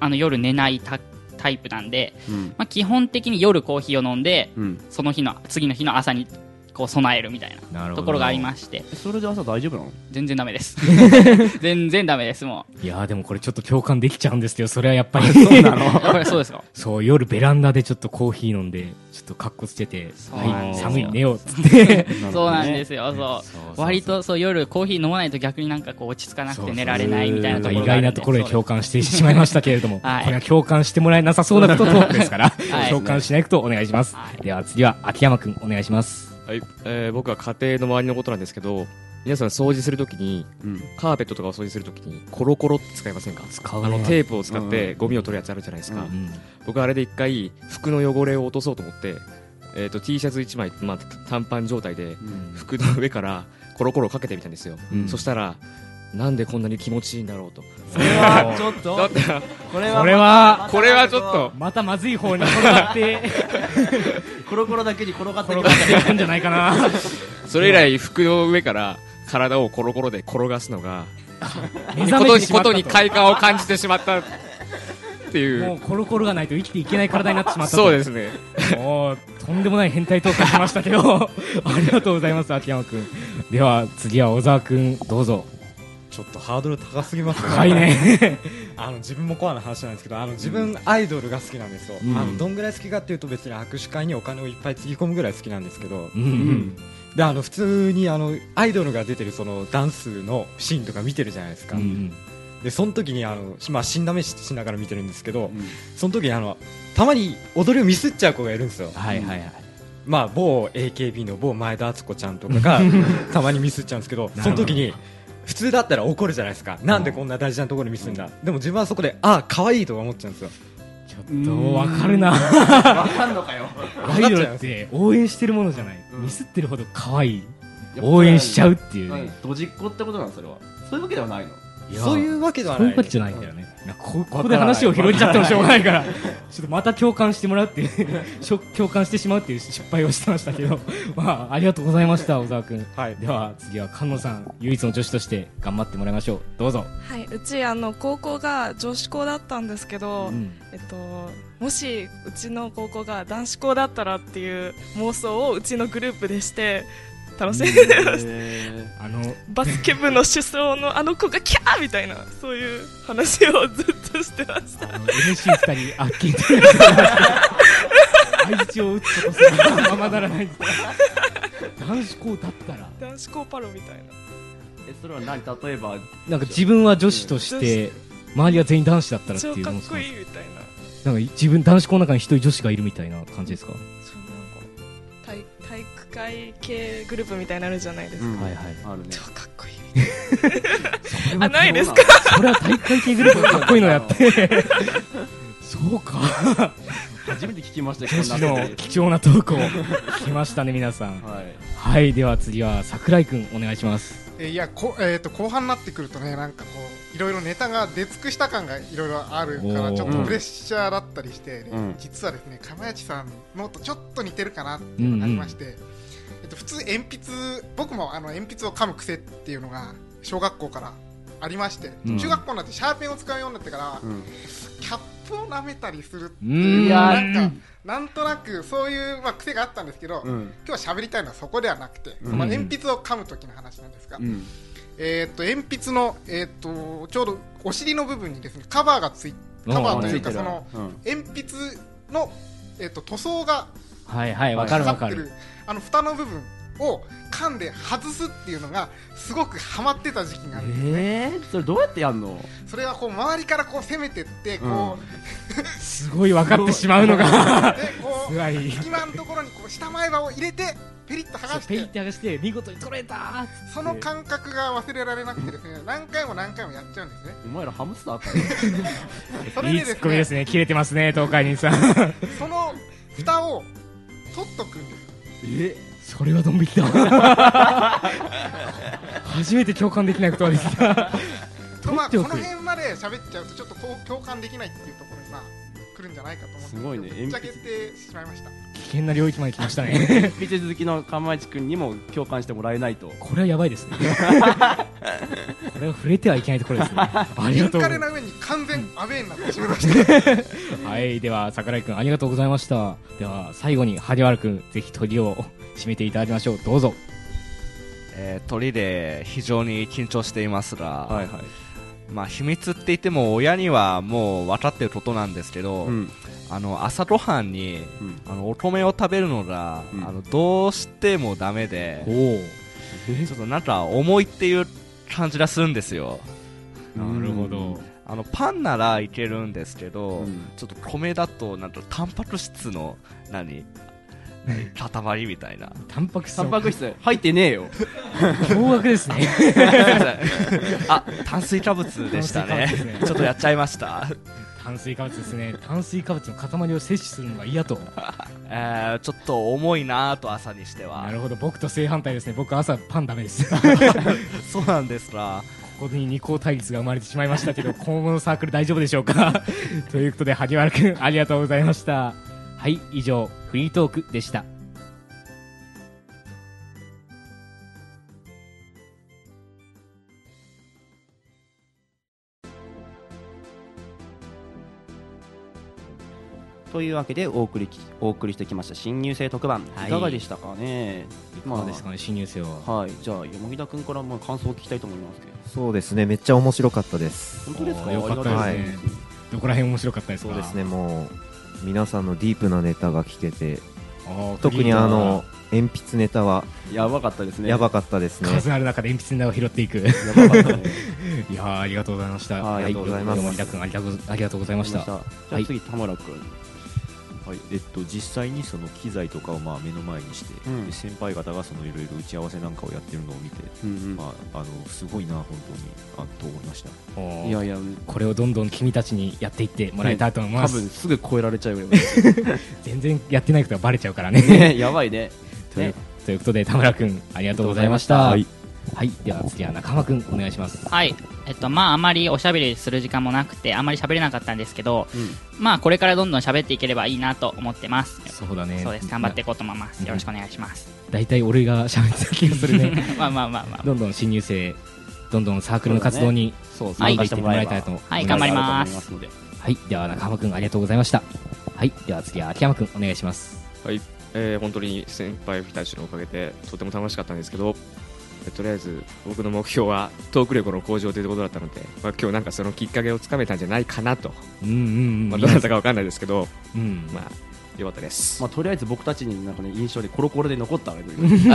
Speaker 5: あの夜寝ないタタイプなんで、
Speaker 2: うん
Speaker 5: まあ、基本的に夜コーヒーを飲んで
Speaker 2: うん
Speaker 5: その日の次の日の朝にこう備えるみたい
Speaker 2: なる
Speaker 5: な
Speaker 2: ほど
Speaker 5: ところがありまして
Speaker 2: それで朝大丈夫なの
Speaker 5: 全然ダメです 全然ダメですも
Speaker 1: いやーでもこれちょっと共感できちゃうんですけどそれはやっぱり
Speaker 5: そうなのやっぱ りそうですか
Speaker 1: そう夜ベランダでちょっとコーヒー飲んでちょっとカッコつけて、
Speaker 5: うなん
Speaker 1: は
Speaker 5: で
Speaker 1: い、
Speaker 5: すよ
Speaker 1: 寒い寝ようっつって
Speaker 5: うそうなんですよそう割とそう夜コーヒー飲まないと逆になんかこう落ち着かなくて寝られないみたいなところ
Speaker 1: ん
Speaker 5: が
Speaker 1: か
Speaker 5: あ
Speaker 1: 意外
Speaker 5: るん
Speaker 1: な
Speaker 5: で
Speaker 1: ところで共感してしまいましたけれども、
Speaker 5: はい
Speaker 1: これは共感してもらえなさそうなことトークですから、
Speaker 6: はい
Speaker 1: 共感しないことをお願いします、では次は秋山君お願いします
Speaker 6: はい、えー僕は家庭の周りのことなんですけど皆さん掃除するときに、カーペットとかを掃除するときにコロコロって使いませんか
Speaker 1: 使うね
Speaker 6: あのテープを使っ
Speaker 1: うんう
Speaker 6: て
Speaker 1: ん
Speaker 6: ゴミを取るやつあるじゃないですか、
Speaker 1: うんうん
Speaker 6: 僕あれで一回服の汚れを落とそうと思って、えー、と T シャツ1枚、まあ、短パン状態で服の上からコロコロかけてみたんですよ、
Speaker 2: うん
Speaker 6: そしたらなんでこんなに気持ちいいんだろうと
Speaker 2: それはちょっと
Speaker 6: だって
Speaker 2: これ
Speaker 6: これはこれはちょっと
Speaker 1: またまずい方に転がって
Speaker 2: コロコロだけに転がって
Speaker 1: 転がっていくんじゃないかな
Speaker 6: それ以来服の上から体をコロコロで転がすの が
Speaker 1: 目覚めてし
Speaker 6: こ
Speaker 1: まったと
Speaker 6: とに快感を感じてしまったっていう
Speaker 1: もうコロコロがないと生きていけない体になってしまったと
Speaker 6: そうですね
Speaker 1: もうとんでもない変態投稿しましたけど ありがとうございます秋山君では次は小沢君どうぞ
Speaker 7: ちょっとハードル高すぎます
Speaker 1: 高 いね
Speaker 7: あの自分もコアな話なんですけどあの自分アイドルが好きなんですよ、
Speaker 1: うん
Speaker 7: あのどんぐらい好きかっていうと別に握手会にお金をいっぱいつぎ込むぐらい好きなんですけど、
Speaker 1: うんうん
Speaker 7: であの普通にあのアイドルが出てるそのダンスのシーンとか見てるじゃないですか、
Speaker 1: うん
Speaker 7: でその時にあの、まあ、死んだ目ししながら見てるんですけど、その時にあのたまに踊りをミスっちゃう子がいるんですよ。
Speaker 1: はいはいはい
Speaker 7: まあ、某 AKB の某前田敦子ちゃんとか がたまにミスっちゃうんですけどその時に普通だったら怒るじゃないですかなんでこんな大事なところにミスんだ、でも自分はそこでああ可愛いとか思っちゃうんですよちょっ
Speaker 1: どうわかるなアイドルって応援してるものじゃない、ミスってるほど可愛い応援しちゃうっていうね、
Speaker 2: ドジっ子ってことなのそれはそういうわけではないの
Speaker 1: いや
Speaker 7: そういうわけではない
Speaker 1: そういうわけじゃないんだよね、いやこここで話を拾っちゃってもしょうがないからちょっとまた共感してもらうって いうしょ共感してしまうっていう失敗をしてましたけどまあありがとうございました小沢君、では次は菅野さん唯一の女子として頑張ってもらいましょうどうぞ
Speaker 8: はいうちあの高校が女子校だったんですけど、
Speaker 1: うん
Speaker 8: えっと、もしうちの高校が男子校だったらっていう妄想をうちのグループでして楽しんでました、
Speaker 1: あの
Speaker 8: バスケ部の主将のあの子がキャーみたいなそういう話をずっとしてました
Speaker 1: MC2 人あっけんとしてます 相槌を打つことすらままならないんです男子校だったら
Speaker 8: 男子校パロみたいな
Speaker 2: えそれは何例えば
Speaker 1: なんか自分は女子として周りは全員男子だったらっていう
Speaker 8: 超かっ
Speaker 1: 妄想
Speaker 8: こいいみたいな
Speaker 1: なんか自分男子校の中に一人女子がいるみたいな感じですか、
Speaker 8: 体体育会系グループみたいになるじゃないですか、
Speaker 1: はいはい
Speaker 2: あるね
Speaker 8: 超かっこいい
Speaker 1: は
Speaker 8: あないですか
Speaker 1: それは体育会系グループがかっこいいのやって そうか
Speaker 2: 初めて聞きました
Speaker 1: 女子の貴重なトークを聞きましたね皆さん
Speaker 2: はい、
Speaker 1: では次は桜井くんお願いします
Speaker 9: えーいやこ、えー、と後半になってくるとねなんかこういろいろネタが出尽くした感がいろいろあるか
Speaker 1: お
Speaker 9: ら
Speaker 1: ー
Speaker 9: ちょっとプレッシャーだったりして、
Speaker 1: うん
Speaker 9: 実はですね釜萢さんのとちょっと似てるかなっていうのがありまして、えっと、普通鉛筆僕もあの鉛筆を噛む癖っていうのが小学校からありまして、
Speaker 2: うん
Speaker 9: 中学校になってシャーペンを使うようになってから、キャップを舐めたりするって
Speaker 2: う
Speaker 9: い
Speaker 2: ん
Speaker 9: う
Speaker 2: い
Speaker 9: な
Speaker 2: や
Speaker 9: んかなんとなくそういう、まあ、癖があったんですけど、
Speaker 2: うん
Speaker 9: 今日は喋りたいのはそこではなくて、
Speaker 2: うん
Speaker 9: まあ、鉛筆を噛む時の話なんですが、
Speaker 2: うん
Speaker 9: えー、と鉛筆の、えー、とちょうどお尻の部分にですねカバーがついカバーというか
Speaker 2: うん
Speaker 9: その、
Speaker 2: う
Speaker 9: 鉛筆の、えー、と塗装が
Speaker 1: はいはいわかるわか
Speaker 9: 刺
Speaker 1: る
Speaker 9: さってあの蓋の部分を噛んで外すっていうのがすごくハマってた時期がある、
Speaker 2: えー、それどうやってやんの
Speaker 9: それはこう周りからこう攻めてってこ
Speaker 1: すごい分かってしまうのが
Speaker 9: う、で こう
Speaker 1: うわいい
Speaker 9: 隙間のところにこう下前歯を入れてペリッと剥がして
Speaker 1: ペリッて剥がして見事に取れたーっつって
Speaker 9: その感覚が忘れられなくてですね何回も何回もやっちゃうんですね
Speaker 2: お前らハムスターか
Speaker 9: それ
Speaker 1: いい
Speaker 9: で
Speaker 1: ツ
Speaker 9: で
Speaker 1: ッ
Speaker 9: す
Speaker 1: コミで
Speaker 9: ね
Speaker 1: すね切れてますね東海林さん
Speaker 9: その蓋を取っとくんです
Speaker 1: えそれはドン引きだ初めて共感できないことはできた
Speaker 9: とまあこ
Speaker 1: 取っ
Speaker 9: の
Speaker 1: ておく
Speaker 9: 辺まで喋っちゃうとちょっとこう共感できないっていうところにまあ来るんじゃないかと思って
Speaker 2: すごいね
Speaker 9: ぶっちゃけてしまいました
Speaker 1: 危険な領域まで来ました ね
Speaker 2: 筆続きの釜石君にも共感してもらえないと
Speaker 1: これはやばいですねこれは触れてはいけないところですねあり
Speaker 9: イ
Speaker 1: が
Speaker 9: ン
Speaker 1: とう
Speaker 9: カレな上に完全アウェーになってしまいました
Speaker 1: はいでは桜井くんありがとうございましたでは最後に萩原くんぜひ鳥を締めていただきましょうどうぞ
Speaker 10: えー鳥で非常に緊張していますが、
Speaker 1: はいはい
Speaker 10: まあ、秘密って言っても親にはもう分かってることなんですけど、
Speaker 12: うん
Speaker 10: あの朝ごはんに、あのお米を食べるのが、あのどうしてもダメでちょっとなんか重いっていう感じがするんですよ
Speaker 1: なるほど
Speaker 10: あのパンならいけるんですけど、ちょっと米だとなんかタンパク質の何何塊みたいな
Speaker 1: タンパク
Speaker 10: 質
Speaker 12: タンパク質入ってねえ よ
Speaker 1: 驚愕ですね
Speaker 10: あ炭水化物でした
Speaker 1: 炭水
Speaker 10: ね
Speaker 1: 化物です
Speaker 10: ちょっとやっちゃいました
Speaker 1: 炭水化物ですね炭水化物の塊を摂取するのが嫌と
Speaker 10: えーちょっと重いなぁと朝にしては
Speaker 1: なるほど僕と正反対ですね僕朝パンダメです
Speaker 10: そうなんですか
Speaker 1: ここに二項対立が生まれてしまいましたけど今後のサークル大丈夫でしょう かということで萩原くんありがとうございましたはい以上フリートークでした
Speaker 2: というわけでお送りきお送りしてきました新入生特番、
Speaker 1: はい
Speaker 2: い、かがでしたかね
Speaker 1: いかがですかね新入生は
Speaker 2: はいじゃあ山田君からもう感想を聞きたいと思いますけど
Speaker 3: そうですねめっちゃ面白かったです
Speaker 2: 本当ですか
Speaker 3: あー
Speaker 2: ありがたいですね
Speaker 1: どこら辺面白かったですか
Speaker 3: そうですねもう皆さんのディープなネタが聞けて
Speaker 1: あー
Speaker 3: 特にあの鉛筆ネタは
Speaker 2: やばかったですね
Speaker 3: やばかったですね
Speaker 1: 数ある中で鉛筆の中を拾っていく いやーありがとうございました
Speaker 3: あーありがとうございます
Speaker 1: ども森田君ありがとうありがとうございました
Speaker 4: ありがとうございましたじゃあ次
Speaker 2: 田村君
Speaker 4: はいえっと、実際にその機材とかをまあ目の前にして、
Speaker 2: うん
Speaker 4: で先輩方がそのいろいろ打ち合わせなんかをやってるのを見て、まあ、あのすごいな、本当にあと思いました。
Speaker 1: おーこれをどんどん君たちにやっていってもらえたらと思います、
Speaker 2: 多分すぐ超えられちゃうよ
Speaker 1: 全然やってないことがバレちゃうからね
Speaker 2: ねやばいね
Speaker 1: という
Speaker 2: ね
Speaker 1: ということで田村君ありがとうございました
Speaker 5: あ
Speaker 1: は
Speaker 5: り
Speaker 1: い、では次は中間君お願いします
Speaker 5: はい、えっとまあ、あまりおしゃべりする時間もなくてあまり喋れなかったんですけど、
Speaker 1: うん
Speaker 5: まあ、これからどんどん喋っていければいいなと思ってます
Speaker 1: そうだね
Speaker 5: そうです頑張っていこうと思いますよろしくお願いします
Speaker 1: 大体俺が喋ってた気がする ね
Speaker 5: まあまあまあまあ
Speaker 1: どんどん新入生どんどんサークルの活動に
Speaker 5: そうだ
Speaker 1: 参
Speaker 5: ね
Speaker 1: 加してもらいたいと思います
Speaker 5: はい頑張ります
Speaker 1: はいでは中間君ありがとうございましたはいでは次は秋山君お願いします
Speaker 6: はい、えー本当に先輩たちのおかげでとても楽しかったんですけど、えとりあえず僕の目標はトーク力の向上ということだったので、まあ、今日なんかそのきっかけをつかめたんじゃないかなと、
Speaker 1: うんうん
Speaker 6: まあ、どうなったかわかんないですけど、
Speaker 1: うん
Speaker 6: まあ、よかったです。
Speaker 2: まあ、とりあえず僕たちになんか、ね、印象でコロコロで残ったわけ で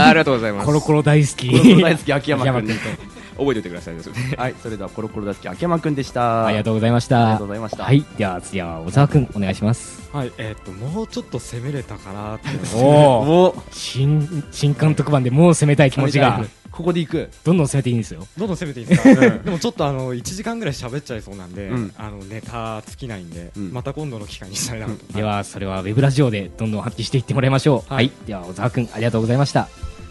Speaker 6: あありがとうございます。
Speaker 2: コロコロ
Speaker 1: 大好き
Speaker 2: コロコロ大好き秋山君
Speaker 1: 秋山
Speaker 6: 覚えておいてくださいね、それで。
Speaker 2: はいそれではコロコロ大好き秋山君でした
Speaker 1: ありがとうございました
Speaker 2: ありがとうございました
Speaker 1: はいでは次は小沢君お願いします
Speaker 7: はい、えーっと、もうちょっと攻めれたかなって
Speaker 1: おお新新監督版でもう攻めたい気持ちが
Speaker 2: ここでいく
Speaker 1: どんどん攻めていいんですよ
Speaker 7: どんどん攻めていいですか、
Speaker 1: うん
Speaker 7: でもちょっとあの1時間ぐらい喋っちゃいそうなんで、
Speaker 1: うん
Speaker 7: あのネタ尽きないんで、また今度の機会にしたいなと、
Speaker 1: ではそれはウェブラジオでどんどん発揮していってもらいましょうはい、では小沢君ありがとうございました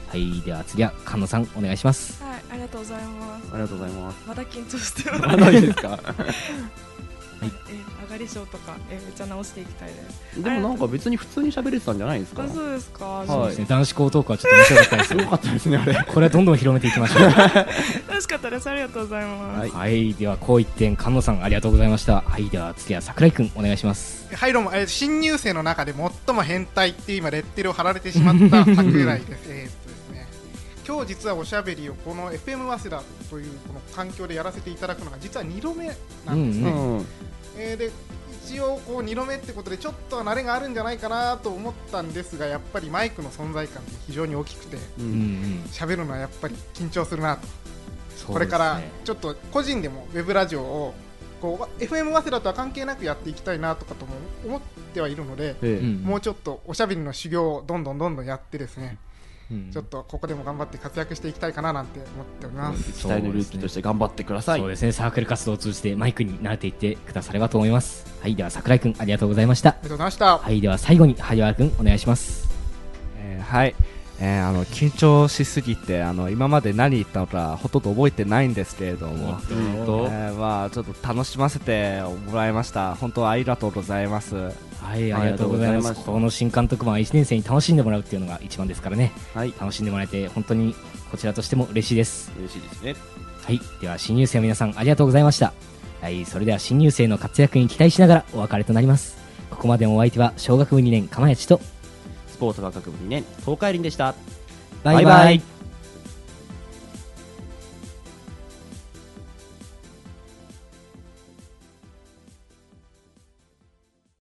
Speaker 1: はいでは次は菅野さんお願いします
Speaker 8: はい、ありがとうございます。
Speaker 1: ありがとうございます
Speaker 8: まだ緊張してます。
Speaker 1: まだいいで すか
Speaker 8: はいえ、上がり症とか、え、めっちゃ直していきたいです。
Speaker 2: でもなんか別に普通に喋れてたんじゃないですか
Speaker 8: あ、そうですか。
Speaker 1: そうですね男子校トークはちょっと面白かったですよ
Speaker 2: かったですねあれ
Speaker 1: これはどんどん広めていきまし ょう
Speaker 8: 楽しかったです。ありがとうございます。
Speaker 1: はい、ではこう一点菅野さんありがとうございましたはいでは次は桜井君お願いします
Speaker 9: ハイロもえー新入生の中で最も変態って今レッテルを貼られてしまった 桜井です。えーっとですね、今日実はおしゃべりをこの FM 早稲田というこの環境でやらせていただくのが実は2度目なんですね。
Speaker 2: うんうん
Speaker 9: えーで一応こう2度目ってことでちょっとは慣れがあるんじゃないかなと思ったんですがやっぱりマイクの存在感って非常に大きくて
Speaker 1: うんうん
Speaker 9: 喋、るのはやっぱり緊張するなと、
Speaker 1: すね
Speaker 9: これからちょっと個人でもウェブラジオをこう FM 早稲田とは関係なくやっていきたいなとかとも思ってはいるので、
Speaker 1: ええうん
Speaker 9: もうちょっとおしゃべりの修行をどんどんどんどんやってですね、
Speaker 1: うん
Speaker 9: ちょっとここでも頑張って活躍していきたいかななんて思っております。
Speaker 2: 期待のルーキーとして頑張ってください
Speaker 1: そうですねサークル活動を通じてマイクに慣れていってくださればと思いますはいでは桜井君ありがとうございましたあ
Speaker 9: が
Speaker 1: り
Speaker 9: とうございました
Speaker 1: はいでは最後に萩原君お願いします
Speaker 10: えーはい、えーあの緊張しすぎてあの今まで何言ったのかほとんど覚えてないんですけれども、
Speaker 1: おっと
Speaker 10: えーまあ、ちょっと楽しませてもらいました本当ありがとうございます
Speaker 1: はいありがとうございますこの新監督版は1年生に楽しんでもらうっていうのが一番ですからね、楽しんでもらえて本当にこちらとしても嬉しいです
Speaker 2: 嬉しいですね
Speaker 1: はいでは新入生の皆さんありがとうございましたはいそれでは新入生の活躍に期待しながらお別れとなりますここまでのお相手は小学部2年釜谷ちと
Speaker 2: スポーツ科学部2年東海林でした
Speaker 1: バイバイ